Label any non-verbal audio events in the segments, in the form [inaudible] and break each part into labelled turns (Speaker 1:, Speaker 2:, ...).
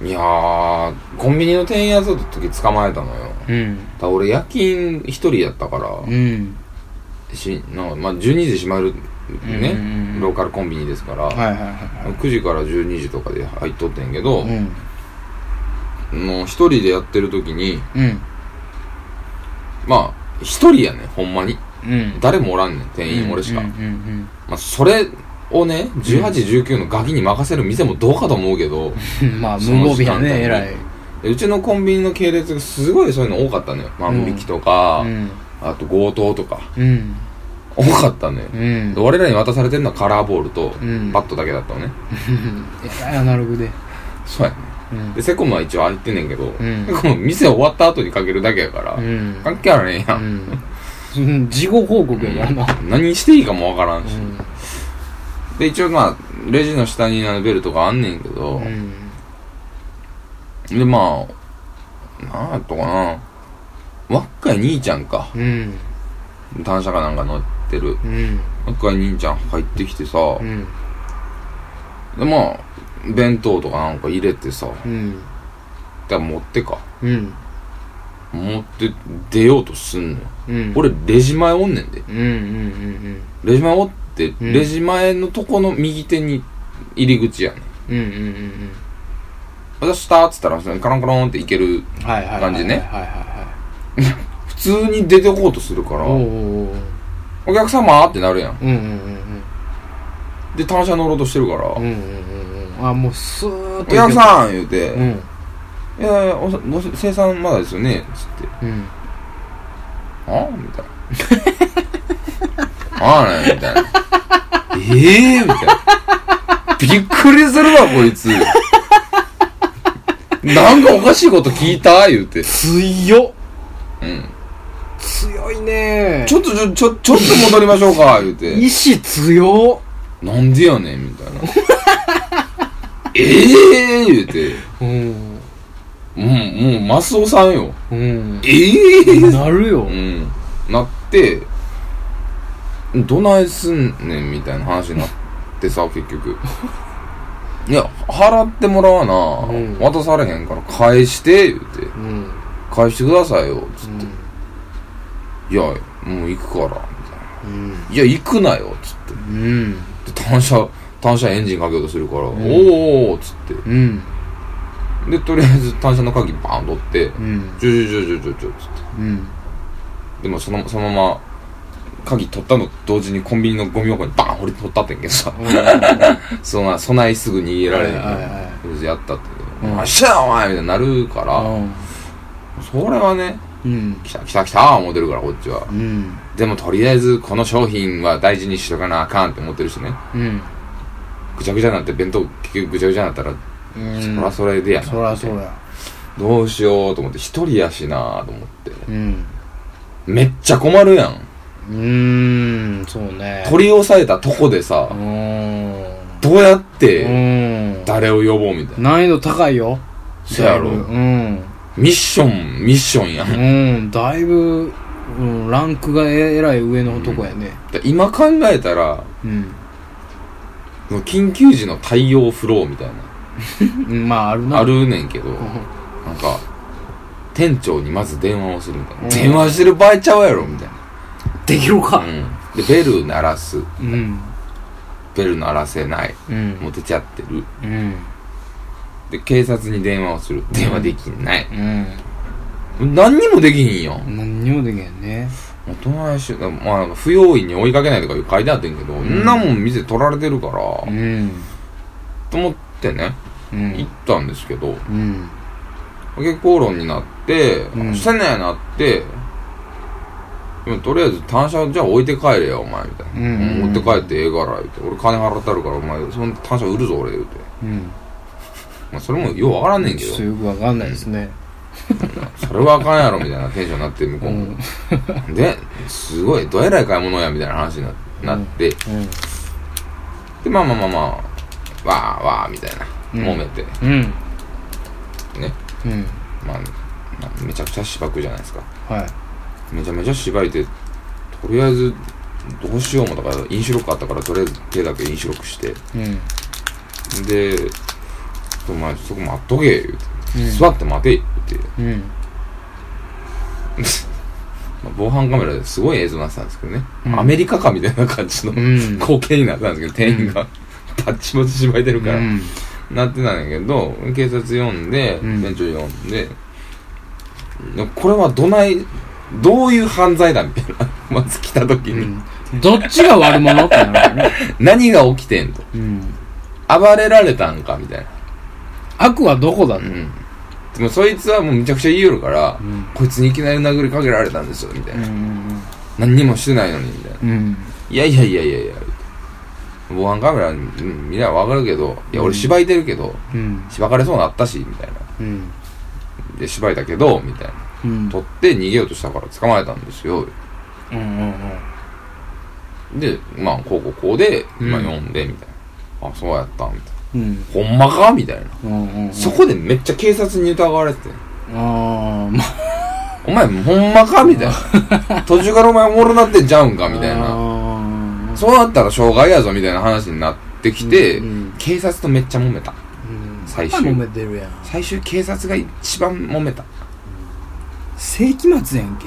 Speaker 1: いやー、コンビニの店員やってた時捕まえたのよ。
Speaker 2: うん
Speaker 1: だから俺夜勤一人やったから、
Speaker 2: うん
Speaker 1: しなまあ、12時閉まるね、
Speaker 2: うんうんうん
Speaker 1: ローカルコンビニですから、
Speaker 2: はいはいは
Speaker 1: 9時から12時とかで入っとってんけど、
Speaker 2: いうん
Speaker 1: もう一人でやってる時に
Speaker 2: うん
Speaker 1: まあ一人やねんほんまに
Speaker 2: うん
Speaker 1: 誰もおらんねん店員、
Speaker 2: うん
Speaker 1: 俺しか、
Speaker 2: うんうん
Speaker 1: まあ、それをね1819のガキに任せる店もどうかと思うけど、
Speaker 2: うんまあ
Speaker 1: そ
Speaker 2: 無
Speaker 1: の
Speaker 2: 防備
Speaker 1: 時
Speaker 2: や
Speaker 1: 間帯
Speaker 2: ね
Speaker 1: に
Speaker 2: えらい
Speaker 1: でうちのコンビニの系列がすごいそういうの多かったのよ万引きとか、
Speaker 2: うん
Speaker 1: あと強盗とか
Speaker 2: うん
Speaker 1: 多かったのよ、
Speaker 2: うん
Speaker 1: で俺らに渡されてるのはカラーボールと
Speaker 2: うん
Speaker 1: バットだけだったのね、
Speaker 2: えらいアナログで
Speaker 1: そうやね
Speaker 2: うん
Speaker 1: でセコムは一応入ってんねんけど、
Speaker 2: ん
Speaker 1: セコム店終わった後にかけるだけやから、
Speaker 2: うん
Speaker 1: 関係あらねえやん、
Speaker 2: うん事後報告やからな
Speaker 1: 何していいかもわからんし、
Speaker 2: うん
Speaker 1: で一応まあレジの下にあのベルとかあんねんけど、
Speaker 2: うん
Speaker 1: でまあなんやったかな若い兄ちゃんか
Speaker 2: うん
Speaker 1: 単車かなんか乗ってる
Speaker 2: うん
Speaker 1: 若い兄ちゃん入ってきてさ、
Speaker 2: うん
Speaker 1: でまあ弁当とかなんか入れてさ、
Speaker 2: うん
Speaker 1: だから持ってか
Speaker 2: うん
Speaker 1: 持って出ようとすんのよ、
Speaker 2: うん
Speaker 1: 俺レジ前おんねんで
Speaker 2: うんうん
Speaker 1: レジ前おって、
Speaker 2: ん
Speaker 1: レジ前のとこの右手に入り口やねん
Speaker 2: うんうんうんうんうん
Speaker 1: 私下っつったらそのカランカランっていける
Speaker 2: はいはいはい
Speaker 1: 感じね
Speaker 2: はいはいは
Speaker 1: 普通に出てこうとするから
Speaker 2: いおうお
Speaker 1: お
Speaker 2: うおう
Speaker 1: 客様ってなるやん
Speaker 2: うんうんうん
Speaker 1: で単車乗ろうとしてるから、
Speaker 2: うんうんうんうんうんあもうスーッ
Speaker 1: お
Speaker 2: と行
Speaker 1: 客
Speaker 2: け
Speaker 1: さん言うて、
Speaker 2: う
Speaker 1: い
Speaker 2: ん
Speaker 1: やいやおさご生産まだですよねつって
Speaker 2: うん
Speaker 1: あみたいな
Speaker 2: [laughs]
Speaker 1: ああねみたいなええみたいなびっくりするわこいつなんかおかしいこと聞いた言うて
Speaker 2: 強っ
Speaker 1: うん
Speaker 2: 強いね
Speaker 1: ちょっとちょちょちょっと戻りましょうか言うて
Speaker 2: 意志強っ
Speaker 1: なんでやねんみ
Speaker 2: [laughs]
Speaker 1: たいなええ言うて
Speaker 2: うん
Speaker 1: もう、もう、マスオさんよ。
Speaker 2: うん
Speaker 1: ええ
Speaker 2: なるよ
Speaker 1: うん。なって、どないすんねんみたいな話になって
Speaker 2: [laughs]
Speaker 1: さ、結局。いや、払ってもらわな、
Speaker 2: うん
Speaker 1: 渡されへんから返して、言うて。
Speaker 2: うん
Speaker 1: 返してくださいよ、つっ
Speaker 2: うん
Speaker 1: て。いや、もう行くから、みたい
Speaker 2: うん
Speaker 1: な。いや、行くなよ、つっ
Speaker 2: うん
Speaker 1: て。で、単車、単車エンジンかけようとするから、おーおー、つって。
Speaker 2: うん
Speaker 1: で、とりあえず単車の鍵バーン取って、
Speaker 2: うん
Speaker 1: ちょちょちょちょちょ、つって。
Speaker 2: うん
Speaker 1: でもそのそのまま鍵取ったのと同時にコンビニのゴミ箱にバーン掘り取ったってんけどさ [laughs] そんな備えすぐ逃げられへん
Speaker 2: はいはいは
Speaker 1: から無事やったってけ
Speaker 2: う
Speaker 1: ど「
Speaker 2: ん
Speaker 1: あっしゃやお前!」みたいになるからそれはね
Speaker 2: うん
Speaker 1: 「来た来た来た!」思ってるからこっちは
Speaker 2: うん
Speaker 1: でもとりあえずこの商品は大事にしとかなあかんって思ってるしね
Speaker 2: うん
Speaker 1: ぐちゃぐちゃになって弁当結局ぐちゃぐちゃになったらそらそれでやな
Speaker 2: そらそうや
Speaker 1: どうしようと思って一人やしなあと思って
Speaker 2: うん
Speaker 1: めっちゃ困るやん
Speaker 2: うーんそうね
Speaker 1: 取り押さえたとこでさ
Speaker 2: うーん
Speaker 1: どうやっ
Speaker 2: う
Speaker 1: て
Speaker 2: ん
Speaker 1: 誰を呼ぼうみたいな
Speaker 2: 難易度高いよ
Speaker 1: そやろ
Speaker 2: うん
Speaker 1: ミッション、ミッションや。
Speaker 2: うんんだいぶうんランクがええらい上のとこやね
Speaker 1: 今考えたら、
Speaker 2: うん
Speaker 1: もう緊急時の対応フローみたいな、
Speaker 2: うんまああるな
Speaker 1: あるねんけど、なんか、店長にまず電話をするみたいな。電話してる場合ちゃうやろみたいな。
Speaker 2: [laughs] できる
Speaker 1: う
Speaker 2: か
Speaker 1: ん。で、ベル鳴らす。
Speaker 2: うん
Speaker 1: ベル鳴らせない。
Speaker 2: うん
Speaker 1: もう出ちゃってる。
Speaker 2: うん
Speaker 1: で、警察に電話をする。電話できない。
Speaker 2: うん
Speaker 1: 何にもできひんやん。
Speaker 2: 何にもできへんね
Speaker 1: 大人やし、まあ、不用意に追いかけないとかいう書いてあってんけど、そんなもん店取られてるから、
Speaker 2: うん
Speaker 1: と思ってね、
Speaker 2: う
Speaker 1: 行っ
Speaker 2: ん
Speaker 1: たんですけど、
Speaker 2: うん
Speaker 1: 結構論になって、
Speaker 2: ん
Speaker 1: してないなって、でもとりあえず単車じゃあ置いて帰れよ、お前、みたいな。
Speaker 2: うんうんうん
Speaker 1: 持って帰ってええから、言うて。俺金払ったるから、お前、その単車売るぞ、俺、言うて。
Speaker 2: うん
Speaker 1: まあ、それもようわからんねんけ
Speaker 2: ちょ
Speaker 1: ど
Speaker 2: っと、よくわかんないですね
Speaker 1: それはあかんやろ、みたいなテンションになって、向こうも。で、すごい、どえらい買い物や、みたいな話にななって、で、まあまあまあまあ、わーわー、みたいな。
Speaker 2: うん
Speaker 1: 揉めて、
Speaker 2: うんうん
Speaker 1: ね。
Speaker 2: うん
Speaker 1: まあ、まあめちゃくちゃしばくじゃないですか。
Speaker 2: はい
Speaker 1: めちゃめちゃ縛いてとりあえずどうしようもだから飲酒録あったからとりあえず手だけ飲酒録して
Speaker 2: うん
Speaker 1: でっとお前そこ待っとけ言うて、
Speaker 2: うん
Speaker 1: 座って待て言って、
Speaker 2: うん
Speaker 1: まあ、防犯カメラですごい映像になってたんですけどね、
Speaker 2: うん
Speaker 1: アメリカかみたいな感じの、
Speaker 2: うん
Speaker 1: 光景になってたんですけど店員が、タッチ持ちしばいてるから、
Speaker 2: うん
Speaker 1: なってたんだけど警察呼んで、
Speaker 2: うん
Speaker 1: 店長呼んででこれはどないどういう犯罪だみたいな [laughs] まず来た時
Speaker 2: う
Speaker 1: に、
Speaker 2: んどっちが悪者ってなるよね、
Speaker 1: 何が起きてんと
Speaker 2: うん、
Speaker 1: 暴れられたんかみたいな
Speaker 2: 悪はどこだと、
Speaker 1: うんでもそいつはもうめちゃくちゃ言いよるから、
Speaker 2: うん
Speaker 1: こいつにいきなり殴りかけられたんですよみたいうな、
Speaker 2: ん
Speaker 1: 何にもしてないのにみたいな
Speaker 2: うんうん
Speaker 1: いやいやいやいやいや防犯カメラうん見りゃわかるけどいや俺芝居てるけど
Speaker 2: うん
Speaker 1: 芝かれそうになったしみたいな
Speaker 2: うん
Speaker 1: で芝居たけどみたいな
Speaker 2: うん
Speaker 1: 取って逃げようとしたから捕まえたんですよ
Speaker 2: うんうん
Speaker 1: でまあこうこうこうで
Speaker 2: うん
Speaker 1: 今読んでみたいな、あそうやったみたい
Speaker 2: うん
Speaker 1: なほんまかみたいな、
Speaker 2: うんうん
Speaker 1: そこでめっちゃ警察に疑われてて
Speaker 2: ああまあ
Speaker 1: お前ほんまかみたい
Speaker 2: [laughs]
Speaker 1: な途中からお前おもろなってんちゃうんかみたいな
Speaker 2: な
Speaker 1: そうなったら障害やぞみたいな話になってきて、
Speaker 2: うんうん
Speaker 1: 警察とめっちゃ揉めた最終
Speaker 2: 揉めてるやん
Speaker 1: 最終警察が一番揉めた
Speaker 2: 世紀末やんけ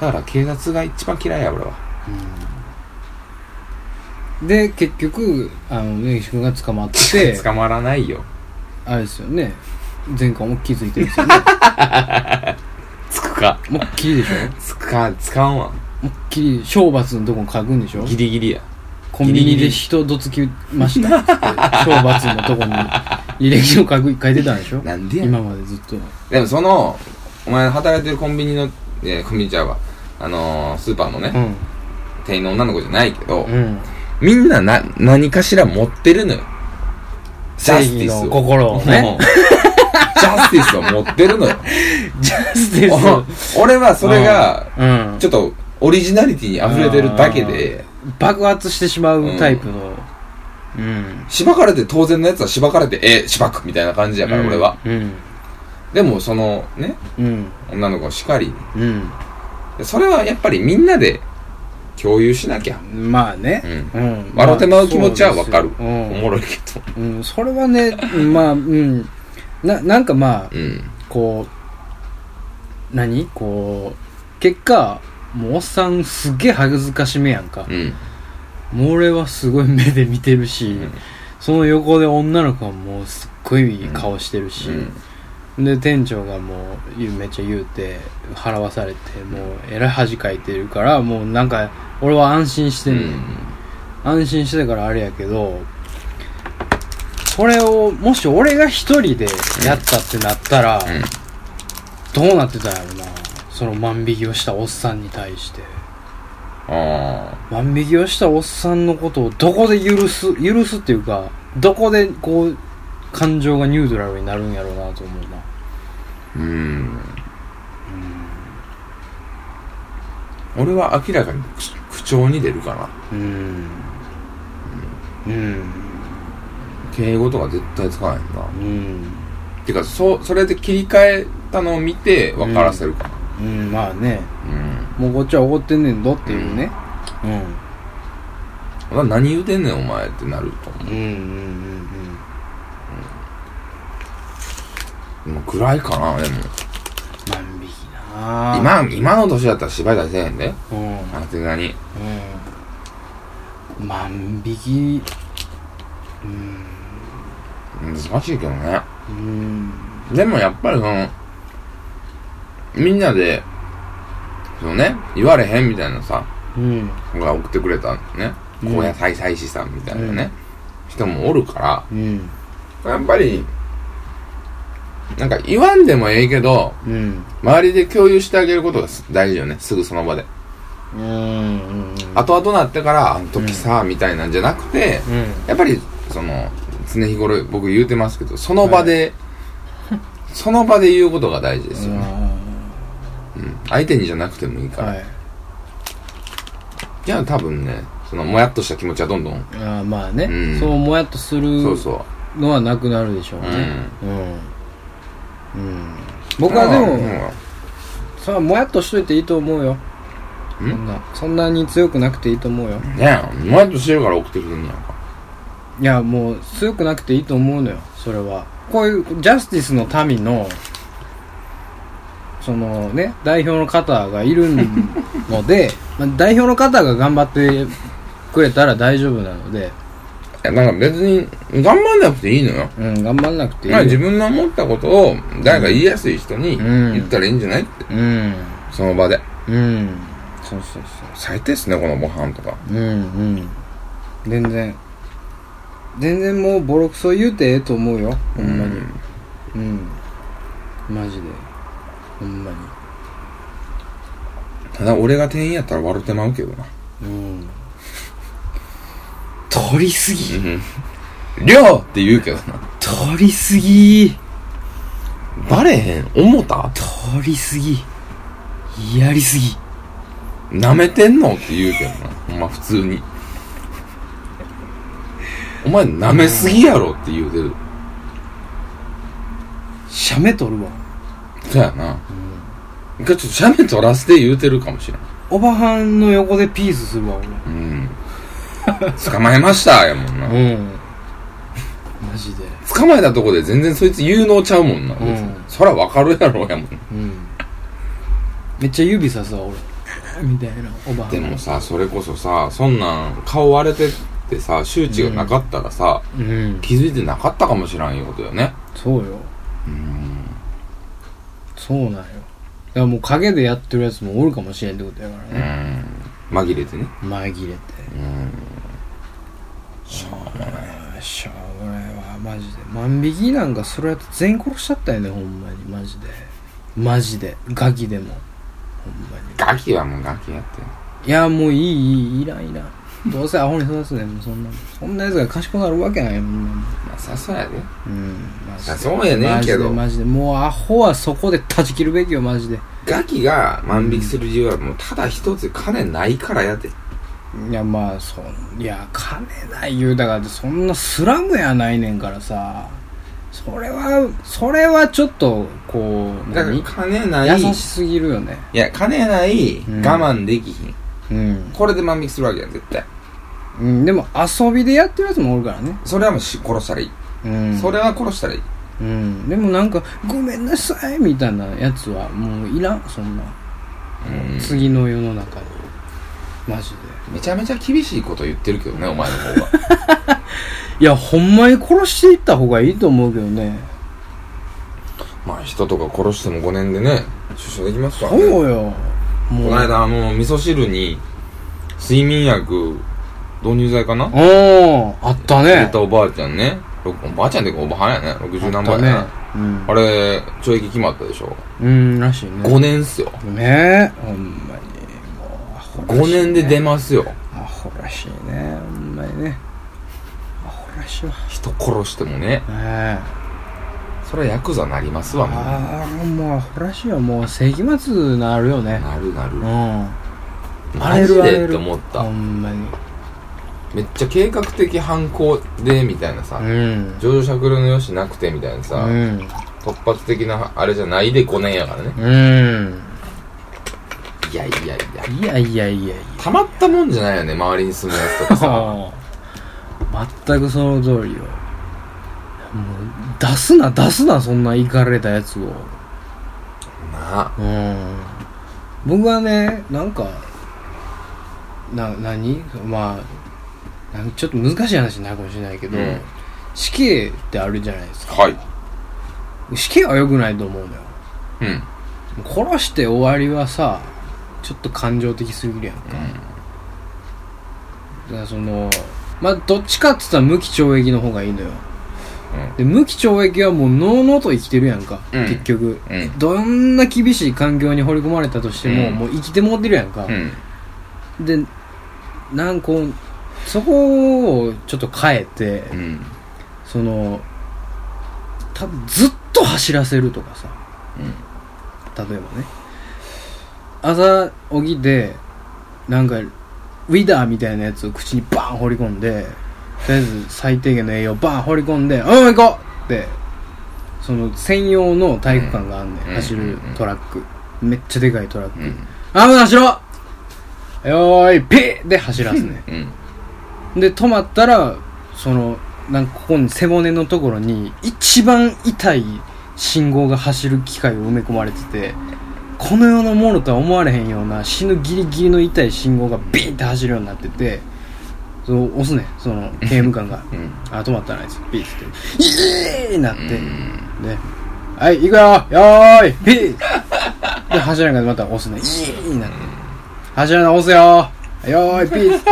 Speaker 1: だから警察が一番嫌いや俺は
Speaker 2: で結局あの根岸君が捕まって
Speaker 1: 捕まらないよ
Speaker 2: あれですよね前回思いっきりついてるんですよね
Speaker 1: つくか
Speaker 2: 思いっきりでしょ
Speaker 1: つくかつかんわ
Speaker 2: 思いっきり懲罰のとこ書くんでしょ
Speaker 1: ギリギリや
Speaker 2: コンビニで人どつきましたって懲罰のとこに履歴を書く書いてたんでしょ
Speaker 1: なんでやねん
Speaker 2: 今までずっと
Speaker 1: でもそのお前働いてるコンビニのいやコンビニちゃうわあのー、スーパーのね、
Speaker 2: うん
Speaker 1: 店員の女の子じゃないけど、
Speaker 2: うん
Speaker 1: みんなな何かしら持ってるのよジャスティス
Speaker 2: 正義
Speaker 1: を
Speaker 2: の心を
Speaker 1: うん
Speaker 2: ね
Speaker 1: ジャスティスを持ってるの
Speaker 2: [laughs]
Speaker 1: よ [laughs]
Speaker 2: ジャスティス
Speaker 1: お俺はそれが
Speaker 2: うん
Speaker 1: ちょっとオリジナリティに溢れてるだけで
Speaker 2: 爆発してしまうタイプのうん
Speaker 1: しばかれて当然のやつはしばかれてえしばくみたいな感じやから俺は、
Speaker 2: うん
Speaker 1: でもそのね
Speaker 2: うん
Speaker 1: 女の子しかり
Speaker 2: うん
Speaker 1: それはやっぱりみんなで共有しなきゃ
Speaker 2: まあね
Speaker 1: う
Speaker 2: うん
Speaker 1: 笑ってまう気持ちはわかる、
Speaker 2: まあそう
Speaker 1: お
Speaker 2: ですよ
Speaker 1: もろいけど
Speaker 2: うんうんそれはねまあうんななんかまあ
Speaker 1: うん
Speaker 2: こう何こう結果もうおっさんすっげえ恥ずかしめやんか、
Speaker 1: うん
Speaker 2: もう俺はすごい目で見てるし、
Speaker 1: うん
Speaker 2: その横で女の子はもうすっごい顔してるし、で店長がもう言うめっちゃ言うて払わされてもうえらい恥かいてるからもうなんか俺は安心して
Speaker 1: うん
Speaker 2: ねん、
Speaker 1: ん
Speaker 2: 安心してたからあれやけどこれをもし俺が一人でやったってなったら、どうなってたんやろなその万引きをしたおっさんに対して
Speaker 1: あ
Speaker 2: 万引きをしたおっさんのことをどこで許す許すっていうかどこでこう感情がニュートラルになるんやろうなと思うな
Speaker 1: ーうん俺は明らかに口口調に出るかな
Speaker 2: うんうん
Speaker 1: 敬語とか絶対使わへんな
Speaker 2: うん
Speaker 1: てかそそれで切り替えたのを見て分からせるかな
Speaker 2: うんまあね
Speaker 1: うん、
Speaker 2: もうこっちは怒ってんねんどっていうねうん
Speaker 1: 俺は何言うてんねんお前ってなると思
Speaker 2: うんうんうん
Speaker 1: うもう暗いかなでも
Speaker 2: 万引きなあ
Speaker 1: 今今の年だったら芝居出せへんで
Speaker 2: うん
Speaker 1: さすがに
Speaker 2: うん万引きうん
Speaker 1: 難しいけどね
Speaker 2: うん
Speaker 1: でもやっぱりその、みんなで、そのね、言われへんみたいなさ、
Speaker 2: うん
Speaker 1: 子が送ってくれたね、
Speaker 2: うん
Speaker 1: 高野再々師さんみたいなね、人もおるか
Speaker 2: うん
Speaker 1: ら、やっぱり、なんか言わんでもええけど、
Speaker 2: うん
Speaker 1: 周りで共有してあげることが大事よね、すぐその場で。
Speaker 2: うん
Speaker 1: 後々なってから、あの時さ、みたいなんじゃなくて、
Speaker 2: うん
Speaker 1: やっぱり、その、常日頃僕言うてますけど、その場で、その場で言うことが大事ですよね。相手にじゃなくてもいいから。
Speaker 2: はい
Speaker 1: じゃあ多分ね、そのもやっとした気持ちはどんどん、
Speaker 2: ああまあね、
Speaker 1: うん
Speaker 2: そうもやっとする
Speaker 1: そうそ
Speaker 2: のはなくなるでしょう
Speaker 1: う。
Speaker 2: ね
Speaker 1: うん。
Speaker 2: うん、うん、
Speaker 1: 僕
Speaker 2: 僕はでも、
Speaker 1: うん
Speaker 2: それはもやっとしといていいと思うよそ
Speaker 1: ん
Speaker 2: んなそんなに強くなくていいと思うよ
Speaker 1: ねえ、もやっとしてるから送ってくるんやんか。
Speaker 2: いやもう強くなくていいと思うのよそれはこういうジャスティスの民のそのね代表の方がいるのでまあ代表の方が頑張ってくれたら大丈夫なので、
Speaker 1: いや、なんか別に、頑張んなくていいのよ。
Speaker 2: うん、頑張んなくていい
Speaker 1: まあ
Speaker 2: よ
Speaker 1: 自分の思ったことを、誰か言いやすい人に
Speaker 2: うん
Speaker 1: 言ったらいいんじゃないって。
Speaker 2: うん
Speaker 1: その場で。
Speaker 2: うんそうそう
Speaker 1: 最低っすね、このご飯とか。
Speaker 2: そううんうん全然全然もうボロクソ言うてええと思うよほんまにうん、マジでほんまに
Speaker 1: ただ俺が店員やったら笑ってまうけどな。
Speaker 2: うん取りすぎ
Speaker 1: りょうって言うけどな。
Speaker 2: 取りすぎ
Speaker 1: バレへん思った
Speaker 2: 取りすぎやりすぎ
Speaker 1: 舐めてんのって言うけどな。ほんま普通に。お前舐めすぎやろって言うてる。
Speaker 2: シャメ取るわ
Speaker 1: そうやな。一回ちょっと写メ撮らせて言うてるかもしれん。
Speaker 2: おばはんの横でピースするわ俺
Speaker 1: うん。捕まえましたやもんな。
Speaker 2: うんマジで
Speaker 1: 捕まえたとこで全然そいつ有能ちゃうもんな、
Speaker 2: うん
Speaker 1: そらわかるやろやもん
Speaker 2: うんめっちゃ指さすわ俺みたいなおばはん
Speaker 1: でもさそれこそさそんなん顔割れてってさ周知がなかったらさ、
Speaker 2: うん
Speaker 1: 気づいてなかったかもしらんいうことよね
Speaker 2: そうよ
Speaker 1: うん
Speaker 2: そうなんよだからもう陰でやってるやつもおるかもしれんってことやから
Speaker 1: う
Speaker 2: ね、
Speaker 1: ん紛れてね
Speaker 2: 紛れて
Speaker 1: うん
Speaker 2: あしょうがないわマジで万引きなんかそれやって全員殺しちゃったよねほんまにマジでマジでガキでもほんまに
Speaker 1: ガキはもうガキやって
Speaker 2: いやもういいいいいらんいらんどうせアホに育つねんもうそんなのそんなやつが賢くなるわけないもんな
Speaker 1: まあさそうやで
Speaker 2: うんマジで
Speaker 1: あそうやねんけど
Speaker 2: マジでマジでもうアホはそこで断ち切るべきよマジで
Speaker 1: ガキが万引きする理由はもうただ一つ金ないからやで
Speaker 2: いやまあそんいや金ない言うたからそんなスラムやないねんからさそれはそれはちょっとこう
Speaker 1: だから
Speaker 2: 何
Speaker 1: 金ない
Speaker 2: 優しすぎるよね
Speaker 1: いや金ない我
Speaker 2: うん
Speaker 1: 慢できひん、
Speaker 2: うん、
Speaker 1: これで万引きするわけや絶対
Speaker 2: うん、でも遊びでやってるやつもおるからね
Speaker 1: それはもうし殺したらいい、
Speaker 2: うん
Speaker 1: それは殺したらいい
Speaker 2: うんでもなんか「ごめんなさい」みたいなやつはもういらんそんな、
Speaker 1: うん
Speaker 2: 次の世の中にマジで
Speaker 1: めちゃめちゃ厳しいこと言ってるけどねお前の
Speaker 2: [laughs]
Speaker 1: 方が
Speaker 2: いやほんまに殺していった方がいいと思うけどね
Speaker 1: まあ人とか殺しても5年でね出所できますから
Speaker 2: そ
Speaker 1: ね
Speaker 2: うよも
Speaker 1: こ
Speaker 2: う
Speaker 1: の間あの味噌汁に睡眠薬導入剤かな
Speaker 2: うんあった
Speaker 1: 入れ
Speaker 2: ね
Speaker 1: たおばあちゃんねろくおばあちゃんっていうかおばはんやね60
Speaker 2: あ
Speaker 1: 何
Speaker 2: った
Speaker 1: 倍や
Speaker 2: ね
Speaker 1: ね
Speaker 2: うん
Speaker 1: あれ懲役決まったでしょ
Speaker 2: うんらしいね
Speaker 1: 5年っすよ
Speaker 2: ねほんまにもうアホらしいね
Speaker 1: 5年で出ますよ
Speaker 2: アホらしいねほんまにねアホらしいわ
Speaker 1: 人殺してもね
Speaker 2: ええ
Speaker 1: それはヤクザなりますわもう
Speaker 2: ああもうアホらしいよもう世紀末なるよね
Speaker 1: なるなる
Speaker 2: うん
Speaker 1: マジでって思った
Speaker 2: ほんまに
Speaker 1: めっちゃ計画的犯行でみたいなさ、
Speaker 2: うん
Speaker 1: 上場しゃくるのよしなくてみたいな
Speaker 2: う
Speaker 1: さ、
Speaker 2: ん
Speaker 1: 突発的なあれじゃないで5年やからね
Speaker 2: うん
Speaker 1: いやいやいや
Speaker 2: いやいやいやいや
Speaker 1: たまったもんじゃないよね周りに住むやつとかさ
Speaker 2: ああ全くその通りよもう出すな出すなそんなイカれたやつを
Speaker 1: なあ
Speaker 2: うん僕はねなんかな何まあなんちょっと難しい話になるかもしれないけど、
Speaker 1: うん
Speaker 2: 死刑ってあるじゃないですか
Speaker 1: はい
Speaker 2: 死刑は良くないと思うのよ
Speaker 1: うんうん
Speaker 2: 殺して終わりはさちょっと感情的すぎるやんだからそのまあどっちかって言ったら無期懲役の方がいいのよで無期懲役はもうのうのうと生きてるやんか、
Speaker 1: うん
Speaker 2: 結局
Speaker 1: うん
Speaker 2: どんな厳しい環境に放り込まれたとしても、
Speaker 1: うん
Speaker 2: もう生きてもうてるやんか
Speaker 1: う、ん
Speaker 2: でなんかこうそこをちょっと変えて、
Speaker 1: うん
Speaker 2: そのたずっと走らせるとかさ例えばね朝起きてなんかウィダーみたいなやつを口にバーン放り込んでとりあえず最低限の栄養バーン放り込んで「うん行こう!」ってその専用の体育館があんねん、
Speaker 1: うん
Speaker 2: 走
Speaker 1: うん
Speaker 2: る
Speaker 1: うん
Speaker 2: トラックめっちゃでかいトラック
Speaker 1: うんうん
Speaker 2: 「あ、危ない走ろう!」よーいピッで走らすね
Speaker 1: うん
Speaker 2: で止まったらそのなんかここに背骨のところに一番痛い信号が走る機械を埋め込まれててこの世のものとは思われへんような死ぬギリギリの痛い信号がビンって走るようになっててそう押すねその刑務官が
Speaker 1: うん
Speaker 2: 「あ止まったなあいつ」ビンって「イエーイ!」なって、
Speaker 1: うん
Speaker 2: で「はい行くよよーいビン!」で柱がまた押すね「イエーイ!」なって「柱の押すよーよーいビ
Speaker 1: [laughs]
Speaker 2: ン!」って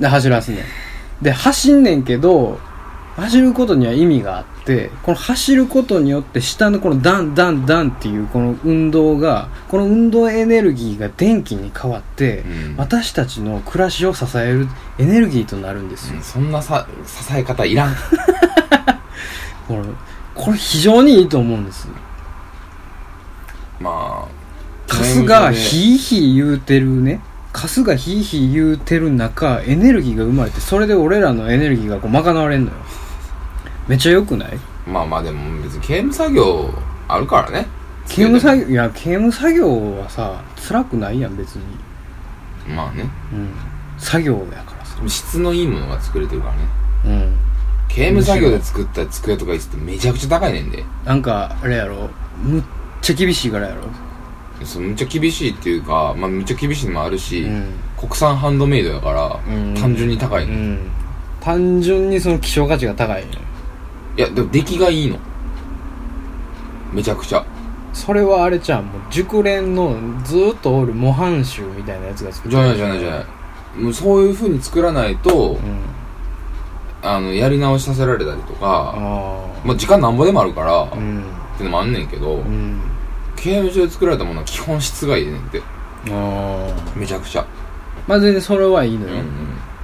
Speaker 2: で走らすねで走んねんけど走ることには意味があってこの走ることによって下のこのダンダンダンっていうこの運動がこの運動エネルギーが電気に変わって、
Speaker 1: うん
Speaker 2: 私たちの暮らしを支えるエネルギーとなるんですよ、
Speaker 1: そんなさ支え方いら
Speaker 2: [laughs]
Speaker 1: ん
Speaker 2: これこれ非常にいいと思うんです
Speaker 1: まあ
Speaker 2: カスがヒーヒー言うてるねカスがヒーヒー言うてる中エネルギーが生まれてそれで俺らのエネルギーがこう賄われんのよめっちゃ良くない
Speaker 1: まあまあでも別に刑務作業あるからね
Speaker 2: 刑務作業いや刑務作業はさ辛くないやん別に、
Speaker 1: まあね
Speaker 2: うん、作業やからさ、
Speaker 1: 質のいいものが作れてるからね
Speaker 2: うん、
Speaker 1: 刑務作業で作った机とか椅子ってめちゃくちゃ高いねんで
Speaker 2: なんかあれやろむっちゃ厳しいからやろ、
Speaker 1: そうむっちゃ厳しいっていうか、まあ、むっちゃ厳しいのもあるし、
Speaker 2: うん
Speaker 1: 国産ハンドメイドやから、
Speaker 2: うん
Speaker 1: 単純に高い、
Speaker 2: う
Speaker 1: い
Speaker 2: ん、単純にその希少価値が高い
Speaker 1: やでも出来がいいのめちゃくちゃ
Speaker 2: それはあれちゃんもう熟練のずーっとおる模範囚みたいなやつが作
Speaker 1: じ
Speaker 2: る
Speaker 1: ゃないじゃないじゃないもうそういう風に作らないと、
Speaker 2: うん
Speaker 1: あのやり直しさせられたりとか、
Speaker 2: あ
Speaker 1: まあ、時間なんぼでもあるから、
Speaker 2: あう
Speaker 1: っ
Speaker 2: ん
Speaker 1: ていうのもあんねんけど、
Speaker 2: うん
Speaker 1: 刑務所で作られたものは基本質がいいねんって
Speaker 2: ああ
Speaker 1: めちゃくちゃ
Speaker 2: まあ全然それはいいの
Speaker 1: う
Speaker 2: よ、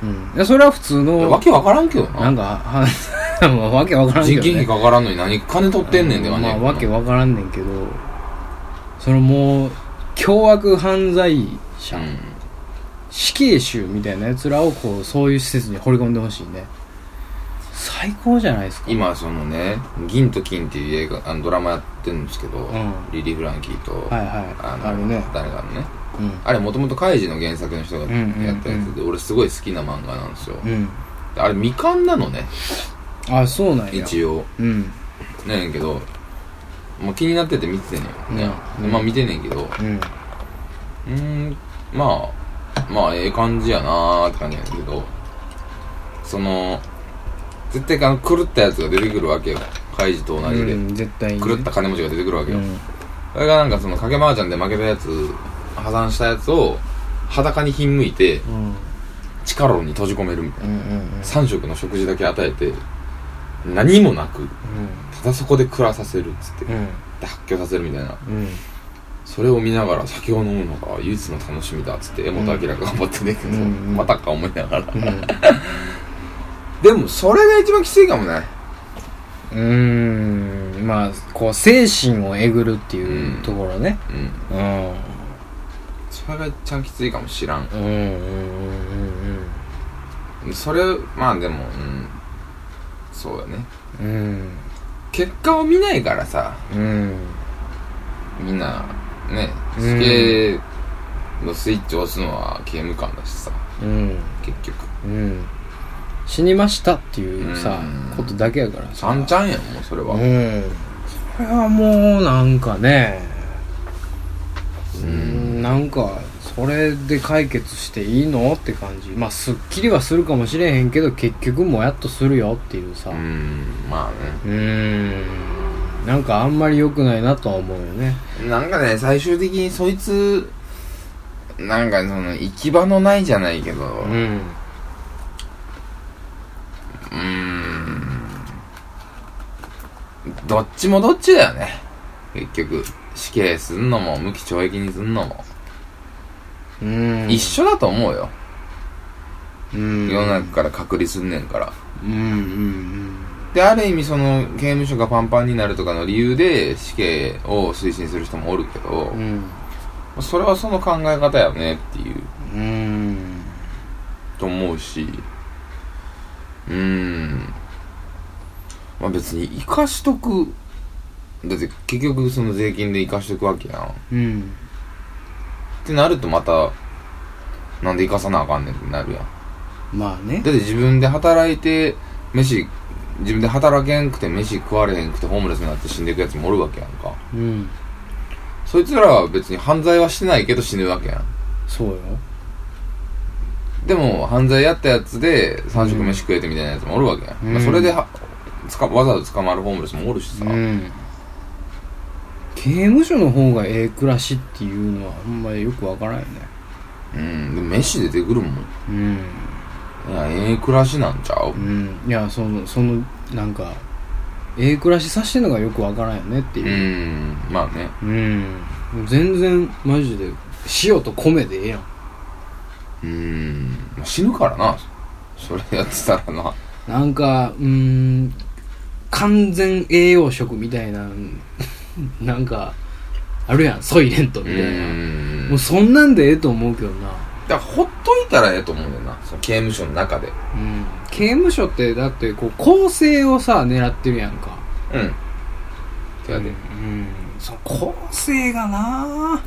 Speaker 2: うん
Speaker 1: ん、
Speaker 2: いやそれは普通
Speaker 1: うん、
Speaker 2: の
Speaker 1: わけわからんけど
Speaker 2: な
Speaker 1: なん
Speaker 2: かは [laughs] まあわけわからんけ
Speaker 1: 人
Speaker 2: ど、ね、
Speaker 1: 件費かからんのに何金取ってんねんではね
Speaker 2: まあわけわからんねんけどそのもう凶悪犯罪者、
Speaker 1: うん
Speaker 2: 死刑囚みたいなやつらをこうそういう施設に放り込んでほしいね最高じゃないですか
Speaker 1: 今そのね「銀と金」っていう映画あのドラマやってるんですけど、
Speaker 2: ん
Speaker 1: リリー・フランキーと、
Speaker 2: はいはい
Speaker 1: の
Speaker 2: あるね
Speaker 1: 誰かのね
Speaker 2: うん
Speaker 1: あれもともとカイジの原作の人が
Speaker 2: うんうんうん
Speaker 1: やったやつで、俺すごい好きな漫画なんですよ、
Speaker 2: うん
Speaker 1: あれ未完なのね
Speaker 2: あそうなんや
Speaker 1: 一応
Speaker 2: うん
Speaker 1: なんやけど、まあ、気になってて見ててんねんね、
Speaker 2: うん
Speaker 1: でまあ見てんねんけど
Speaker 2: うん
Speaker 1: うーんまあまあええ感じやなーって感じやねんけどその絶対あの狂ったやつが出てくるわけよカイジと同じで、
Speaker 2: うん絶対にね
Speaker 1: 狂った金持ちが出てくるわけ
Speaker 2: う
Speaker 1: よ、
Speaker 2: ん
Speaker 1: それがなんかその賭け麻雀で負けたやつ破産したやつを裸にひんむいて
Speaker 2: うん
Speaker 1: 地下牢に閉じ込めるみたい
Speaker 2: うんう
Speaker 1: なん
Speaker 2: うん
Speaker 1: 3食の食事だけ与えて何もなくただそこで暮らさせるっつって
Speaker 2: うん
Speaker 1: で発狂させるみたいな
Speaker 2: うん
Speaker 1: それを見ながら酒を飲むのが唯一の楽しみだっつって柄本明が頑張ってねけど、
Speaker 2: うんうん
Speaker 1: またか思いながら
Speaker 2: うん
Speaker 1: でもそれが一番きついかもね
Speaker 2: うーんまあこう精神をえぐるっていうところね
Speaker 1: うん
Speaker 2: うん
Speaker 1: それが一番きついかもしらん
Speaker 2: うんうんうん
Speaker 1: それまあでもうんそうだね
Speaker 2: うんうん
Speaker 1: 結果を見ないからさ
Speaker 2: うん
Speaker 1: みんなね
Speaker 2: う
Speaker 1: 死
Speaker 2: ん
Speaker 1: 刑のスイッチを押すのは刑務官だしさ
Speaker 2: うん
Speaker 1: 結局
Speaker 2: うん死にましたっていうさ
Speaker 1: うん
Speaker 2: ことだけやから
Speaker 1: ち
Speaker 2: さ
Speaker 1: ゃんちゃんやんもうそれは
Speaker 2: うんそれはもうなんかねうんなんかそれで解決していいのって感じまあすっきりはするかもしれへんけど結局もやっとするよっていうさ
Speaker 1: うんまあ
Speaker 2: うーんなんかあんまり良くないなとは思うよね
Speaker 1: ねなんかね最終的にそいつなんかその行き場のないじゃないけど
Speaker 2: う
Speaker 1: うんーんどっちもどっちだよね結局死刑すんのも無期懲役にすんのも、
Speaker 2: うん
Speaker 1: 一緒だと思うよ
Speaker 2: うん
Speaker 1: 世の中から隔離すんねんから
Speaker 2: うんうん
Speaker 1: である意味その刑務所がパンパンになるとかの理由で死刑を推進する人もおるけど
Speaker 2: うんう、ん
Speaker 1: それはその考え方やねっていう
Speaker 2: うん
Speaker 1: と思うしうーんまあ別に生かしとくだって結局その税金で生かしとくわけやんっ
Speaker 2: うん
Speaker 1: てなるとまたなんで生かさなあかんねんってなるやん
Speaker 2: まあね
Speaker 1: だって自分で働いて飯自分で働けんくて飯食われへんくてホームレスになって死んでいくやつもおるわけやんか
Speaker 2: うん
Speaker 1: そいつらは別に犯罪はしてないけど死ぬわけやん
Speaker 2: そうよ
Speaker 1: でも犯罪やったやつで3食飯食えてみたいなやつもおるわけやん、
Speaker 2: うん
Speaker 1: まあ、それではつかわざわざ捕まるホームレスもおるしさ、
Speaker 2: うん刑務所の方がええ暮らしっていうのはあんまりよくわからんよね
Speaker 1: うん、でも飯出てくるもん。
Speaker 2: うん
Speaker 1: いや、ええ暮らしなんちゃう
Speaker 2: うんいやそのそのなんかええ暮らしさしてんのがよくわからんよねって
Speaker 1: う
Speaker 2: いう
Speaker 1: ーん、まあね。
Speaker 2: うん、全然マジで塩と米でええやん
Speaker 1: うーん、まあ死ぬからな。それやってたらな。
Speaker 2: なんかうーん完全栄養食みたいなん [laughs] なんかあるやんソイレント
Speaker 1: う
Speaker 2: みたいな
Speaker 1: ーん。
Speaker 2: も
Speaker 1: だ
Speaker 2: うそんなんでええと思うけどな
Speaker 1: からほっといたらええと思うんだよな。その刑務所の中で。
Speaker 2: うん刑務所ってだってこう構成をさ狙ってるやんか
Speaker 1: うん。手当
Speaker 2: う
Speaker 1: て。
Speaker 2: んその構成がな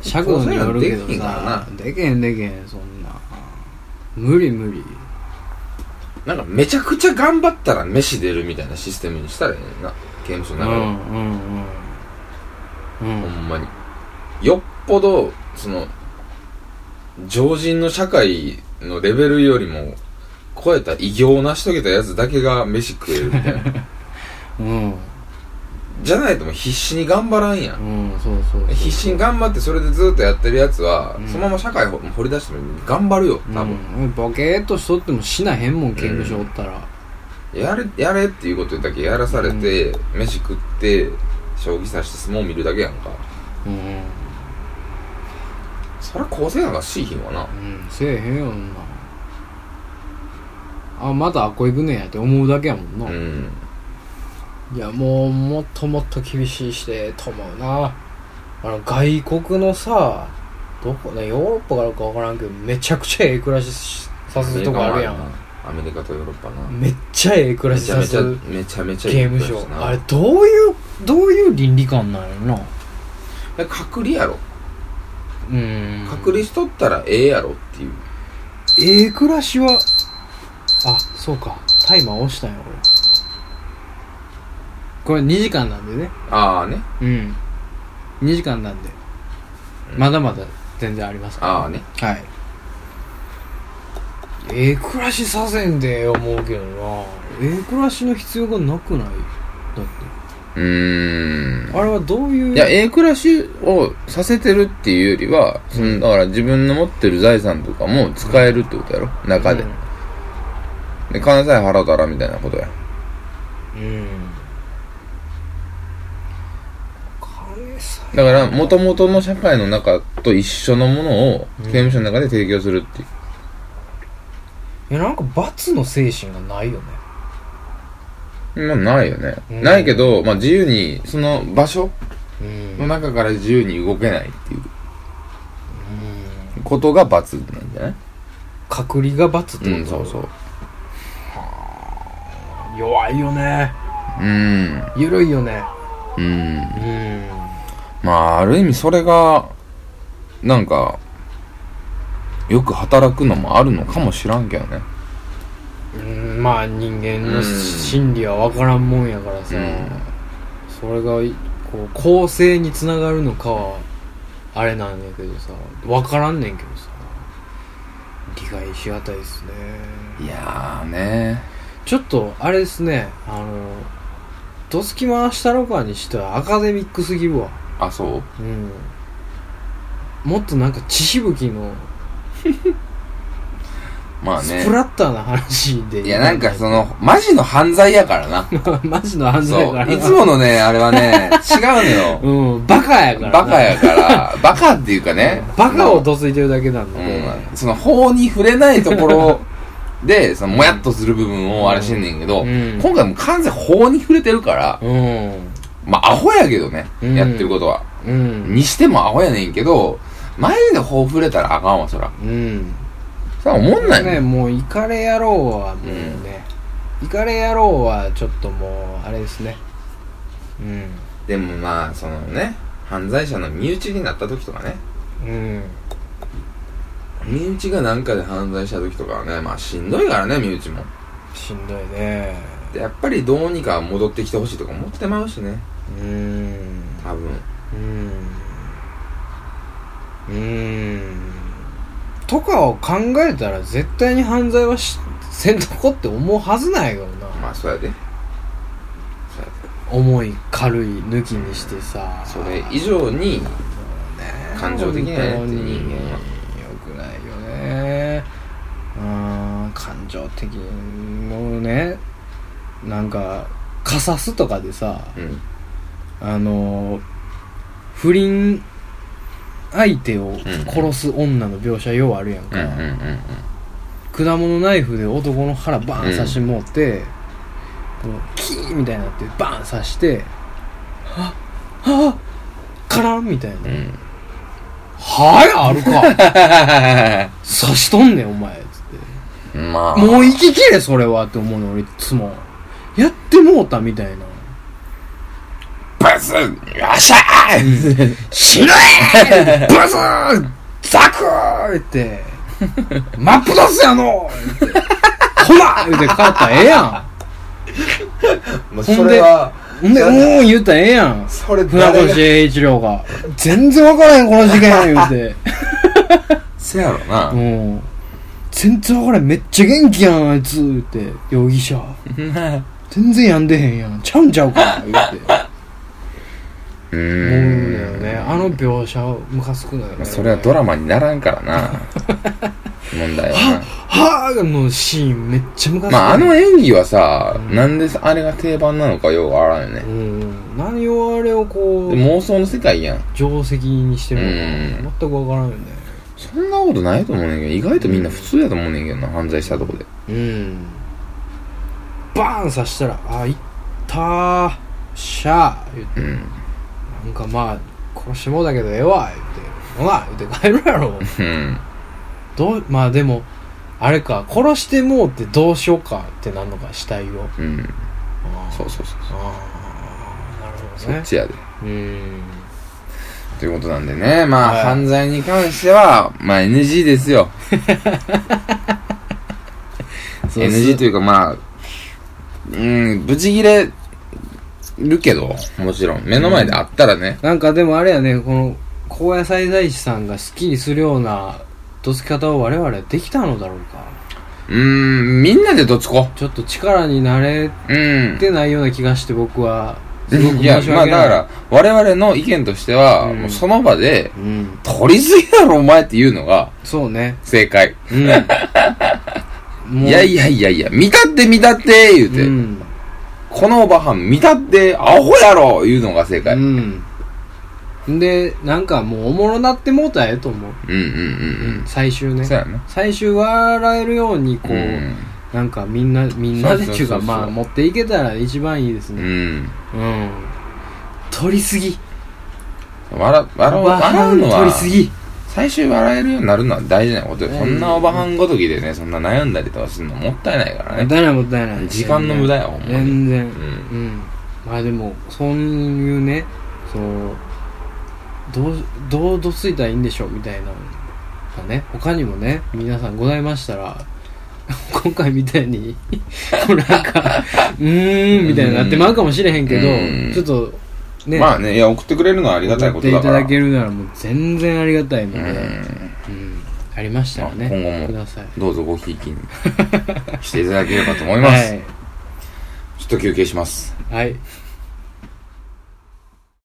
Speaker 2: 尺度によるけど
Speaker 1: 構成が
Speaker 2: さ
Speaker 1: で
Speaker 2: でけへんでけへんそんな無理無理
Speaker 1: なんかめちゃくちゃ頑張ったら飯出るみたいなシステムにしたらええな。刑務所
Speaker 2: う
Speaker 1: の
Speaker 2: んう
Speaker 1: 中で。
Speaker 2: んうんうん
Speaker 1: ほんまに。よっぽど、その、常人の社会のレベルよりも、超えた偉業を成し遂げたやつだけが飯食えるみたい
Speaker 2: [laughs]
Speaker 1: な。
Speaker 2: うん
Speaker 1: じゃないともう必死に頑張らんやん。
Speaker 2: うんそうそうそう
Speaker 1: 必死に頑張ってそれでずっとやってるやつは、
Speaker 2: うん
Speaker 1: そのまま社会を掘り出しても頑張るよ、多分。
Speaker 2: うん、ボケーっとしとっても死なへんもん刑務所おったら、
Speaker 1: やれ、やれっていうことだけやらされて、飯食って、将棋指して相撲見るだけやんか。
Speaker 2: うんうん
Speaker 1: そりゃ構成なんかしいひんわな。
Speaker 2: せえへんよそんなあまたあっこ行くねんやって思うだけやもんな、
Speaker 1: うん。
Speaker 2: いやもうもっともっと厳しいしてと思うなあの外国のさどこねヨーロッパからかわからんけどめちゃくちゃええ暮らしさせるとこあるやん
Speaker 1: アメリカとヨーロッパな。
Speaker 2: めっちゃええ暮ら
Speaker 1: め
Speaker 2: し
Speaker 1: ちゃ
Speaker 2: さ
Speaker 1: めち
Speaker 2: せ
Speaker 1: ゃ
Speaker 2: る
Speaker 1: めちゃめちゃ
Speaker 2: 刑務
Speaker 1: いい
Speaker 2: 所
Speaker 1: 暮らしな
Speaker 2: あれどういうどういう倫理観なんやろな
Speaker 1: 隔離やろ
Speaker 2: うん
Speaker 1: 隔離しとったらええやろっていう
Speaker 2: ええ暮らしはあそうかタイマー押したんやこれこれ2時間なんでね
Speaker 1: ああね
Speaker 2: うん2時間なんで
Speaker 1: うん
Speaker 2: まだまだ全然ありますから
Speaker 1: ああね
Speaker 2: はいええ暮らしさせんでええ思うけどなええ暮らしの必要がなくないだっ
Speaker 1: うー
Speaker 2: てあれはどういう
Speaker 1: いやええ暮らしをさせてるっていうよりはそのだから自分の持ってる財産とかも使えるってことやろ中で,、で金さえ払うたらみたいなことや
Speaker 2: うん、うん金さ
Speaker 1: だから元々の社会の中と一緒のものを
Speaker 2: うん
Speaker 1: 刑務所の中で提供するっていう
Speaker 2: えなんか罰の精神がないよね
Speaker 1: まあないよね、
Speaker 2: うん
Speaker 1: ないけど、まあ、自由にその場所
Speaker 2: うん
Speaker 1: の中から自由に動けないっていう
Speaker 2: うん
Speaker 1: ことが罰なんじゃない
Speaker 2: 隔離が罰ってこと、
Speaker 1: うんそうそう
Speaker 2: 弱いよね
Speaker 1: うん
Speaker 2: ゆるいよね
Speaker 1: うん
Speaker 2: うん
Speaker 1: まあある意味それがなんかよく働くのもあるのかもしらんけどね
Speaker 2: うんまあ人間
Speaker 1: う
Speaker 2: の
Speaker 1: ん
Speaker 2: 心理は分からんもんやからさ、
Speaker 1: うん
Speaker 2: それがいこう構成につながるのかはあれなんやけどさ分からんねんけどさ理解しがたいですね
Speaker 1: いやーね
Speaker 2: ちょっとあれですねあのドスキ回したろかにしてはアカデミックすぎるわ
Speaker 1: あそう
Speaker 2: うんもっとなんか血しぶきの
Speaker 1: まあね
Speaker 2: スプラッターな話で
Speaker 1: いやなんかそのマジの犯罪やからな
Speaker 2: [laughs] マジの犯罪や
Speaker 1: そ
Speaker 2: から
Speaker 1: う
Speaker 2: ない
Speaker 1: つものねあれはね違うのよ
Speaker 2: [laughs] うんバカやからな
Speaker 1: バカやからバカっていうかね
Speaker 2: バカをどついてるだけなん
Speaker 1: う
Speaker 2: で、
Speaker 1: んその法に触れないとこ
Speaker 2: [laughs]
Speaker 1: ろでそのもやっとする部分をあれしてんねんけど、
Speaker 2: うん
Speaker 1: 今回もう完全に法に触れてるから、
Speaker 2: うん
Speaker 1: まあ、アホやけどね、
Speaker 2: うん
Speaker 1: やってることは。
Speaker 2: うん
Speaker 1: にしてもアホやねんけど、マジで頬触れたらあかんわ、そら。
Speaker 2: うん
Speaker 1: そら思んない
Speaker 2: ね
Speaker 1: ね。
Speaker 2: もうイカレ野郎はもうね、イカレ野郎はちょっともうあれですねうん
Speaker 1: でもまあ、そのね、犯罪者の身内になった時とかね、
Speaker 2: うん
Speaker 1: 身内がなんかで犯罪した時とかはね、まあしんどいからね、身内も。
Speaker 2: しんどいね
Speaker 1: でやっぱりどうにか戻ってきてほしいとか思ってまうしね
Speaker 2: うーん
Speaker 1: 多分
Speaker 2: うーんうーんとかを考えたら絶対に犯罪はしせんとこって思うはずないよな、
Speaker 1: まあそうやでそうや
Speaker 2: 重い軽い抜きにしてさ
Speaker 1: でそれ以上に感情的なやつ
Speaker 2: 本当に
Speaker 1: 人間は
Speaker 2: 良くないよねうん感情的もうねなんかカサスとかでさ
Speaker 1: うん
Speaker 2: あの不倫相手を殺す女の描写ようあるやん
Speaker 1: うんう
Speaker 2: か、
Speaker 1: んうんうん
Speaker 2: 果物ナイフで男の腹バーン刺しもうて、こうキーみたいになってバーン刺してはっはっカランみたいな
Speaker 1: うん
Speaker 2: はいあるか [laughs] 刺しとんねんお前つって
Speaker 1: まあ
Speaker 2: もう行ききれそれはって思うの俺いつもやってもうたみたいな
Speaker 1: バスよっしゃー
Speaker 2: 死ぬ
Speaker 1: バスザクー
Speaker 2: 言 [laughs] って真っ二つやの [laughs] 言ってこら言って帰ったらええや
Speaker 1: もう
Speaker 2: ほんで
Speaker 1: それは
Speaker 2: んほんでうーん言ったらええやん
Speaker 1: それ
Speaker 2: 船
Speaker 1: 誰が
Speaker 2: 越英一郎が「全然分からへんこの事件」言うて
Speaker 1: せやろ
Speaker 2: [laughs] 「う
Speaker 1: なん
Speaker 2: 全然分からへんめっちゃ元気やんあいつ」言うて「容疑者全然やんでへんやんちゃうんちゃうか」言うて
Speaker 1: う
Speaker 2: 思うんだよ
Speaker 1: ーん
Speaker 2: ねあの描写ムカつくのよ
Speaker 1: ま
Speaker 2: ね
Speaker 1: あそれはドラマにならんから [laughs] な問題は
Speaker 2: はぁのシーンめっちゃムカ
Speaker 1: な
Speaker 2: つく
Speaker 1: まああの
Speaker 2: 絵
Speaker 1: 演技はさ、
Speaker 2: うん
Speaker 1: なんであれが定番なのかようわからんよ
Speaker 2: う
Speaker 1: ね、
Speaker 2: ん何をあれをこう
Speaker 1: 妄想の世界やん
Speaker 2: 定石にしてるのか全く分からんよね
Speaker 1: そんなことないと思うねんけど意外とみんな普通やと思うねんけどな犯罪したとこで
Speaker 2: うんバーン刺したら「あいったーしゃー」言って
Speaker 1: うん
Speaker 2: なんかまあ殺してもうだけどええわ言って「ほな」言って帰るや
Speaker 1: [laughs]
Speaker 2: ろ
Speaker 1: うん
Speaker 2: どうまあでもあれか殺してもうってどうしようかってなんのか死体を
Speaker 1: うん
Speaker 2: あ
Speaker 1: そうそうそう
Speaker 2: あーなるほど
Speaker 1: そ
Speaker 2: ね
Speaker 1: っちやで
Speaker 2: うん
Speaker 1: ということなんでねまあ、
Speaker 2: はい
Speaker 1: 犯罪に関してはまあ NG ですよ NG というかまあうんブチギレるけどもちろん目の前であったらね、
Speaker 2: なんかでもあれやねこの高野菜大師さんが好きにするようなどつき方を我々はできたのだろうか
Speaker 1: うーん、みんなでどつこ
Speaker 2: ちょっと力になれ
Speaker 1: う。うん。
Speaker 2: てないような気がして僕はすごく
Speaker 1: いや
Speaker 2: 申、し
Speaker 1: まあ
Speaker 2: 訳
Speaker 1: だ
Speaker 2: ない
Speaker 1: から、我々の意見としては、
Speaker 2: うん
Speaker 1: もうその場で、
Speaker 2: うん
Speaker 1: 取りすぎだろお前っていうのが
Speaker 2: そうね
Speaker 1: 正解。
Speaker 2: うん
Speaker 1: [laughs] いやいやいやいや、見たって見たって言うて、
Speaker 2: うん
Speaker 1: このおばはん見たってアホやろ言うのが正解。うん、
Speaker 2: うんでなんかもうおもろなってもうたらええと思う、
Speaker 1: うん、うん
Speaker 2: 最終
Speaker 1: う
Speaker 2: ね
Speaker 1: ん。そうやな。
Speaker 2: 最終笑えるようにこう、
Speaker 1: うん。
Speaker 2: なんかみんなみんなでっていう
Speaker 1: そうそうそう
Speaker 2: か
Speaker 1: そう
Speaker 2: まあ持っていけたら一番いいです
Speaker 1: う
Speaker 2: ね
Speaker 1: ん。
Speaker 2: うん、取りすぎ
Speaker 1: 笑、笑う、
Speaker 2: わあ
Speaker 1: 笑うの
Speaker 2: 取りす
Speaker 1: は、
Speaker 2: ぎ
Speaker 1: 最終笑えるようになるのは大事なことよ。
Speaker 2: うん
Speaker 1: そんなおばはんごときでね、そんな悩んだりとかするのもったいないから
Speaker 2: もっ
Speaker 1: ね。
Speaker 2: たいないもったいない
Speaker 1: 時間の無駄や、ほんまに。
Speaker 2: 全然
Speaker 1: うん
Speaker 2: うん、まあでもそういうねそのどうどうどついたらいいんでしょうみたいなのがね他にもね皆さんございましたら [laughs] 今回みたいに [laughs] こうなんかうーんみたいになってまうかもしれへんけ
Speaker 1: うん
Speaker 2: どちょっとね、
Speaker 1: まあね、いや、送ってくれるのはありがたいこと
Speaker 2: や
Speaker 1: だ
Speaker 2: っ
Speaker 1: か
Speaker 2: てい
Speaker 1: ら。
Speaker 2: ただけるならもう全然ありがたいので、うん
Speaker 1: うん
Speaker 2: ありましたらね
Speaker 1: まあ今後も
Speaker 2: ください
Speaker 1: どうぞごひいきにしていただければと思います。ち
Speaker 2: は
Speaker 1: ょっと休憩します。
Speaker 2: い、はい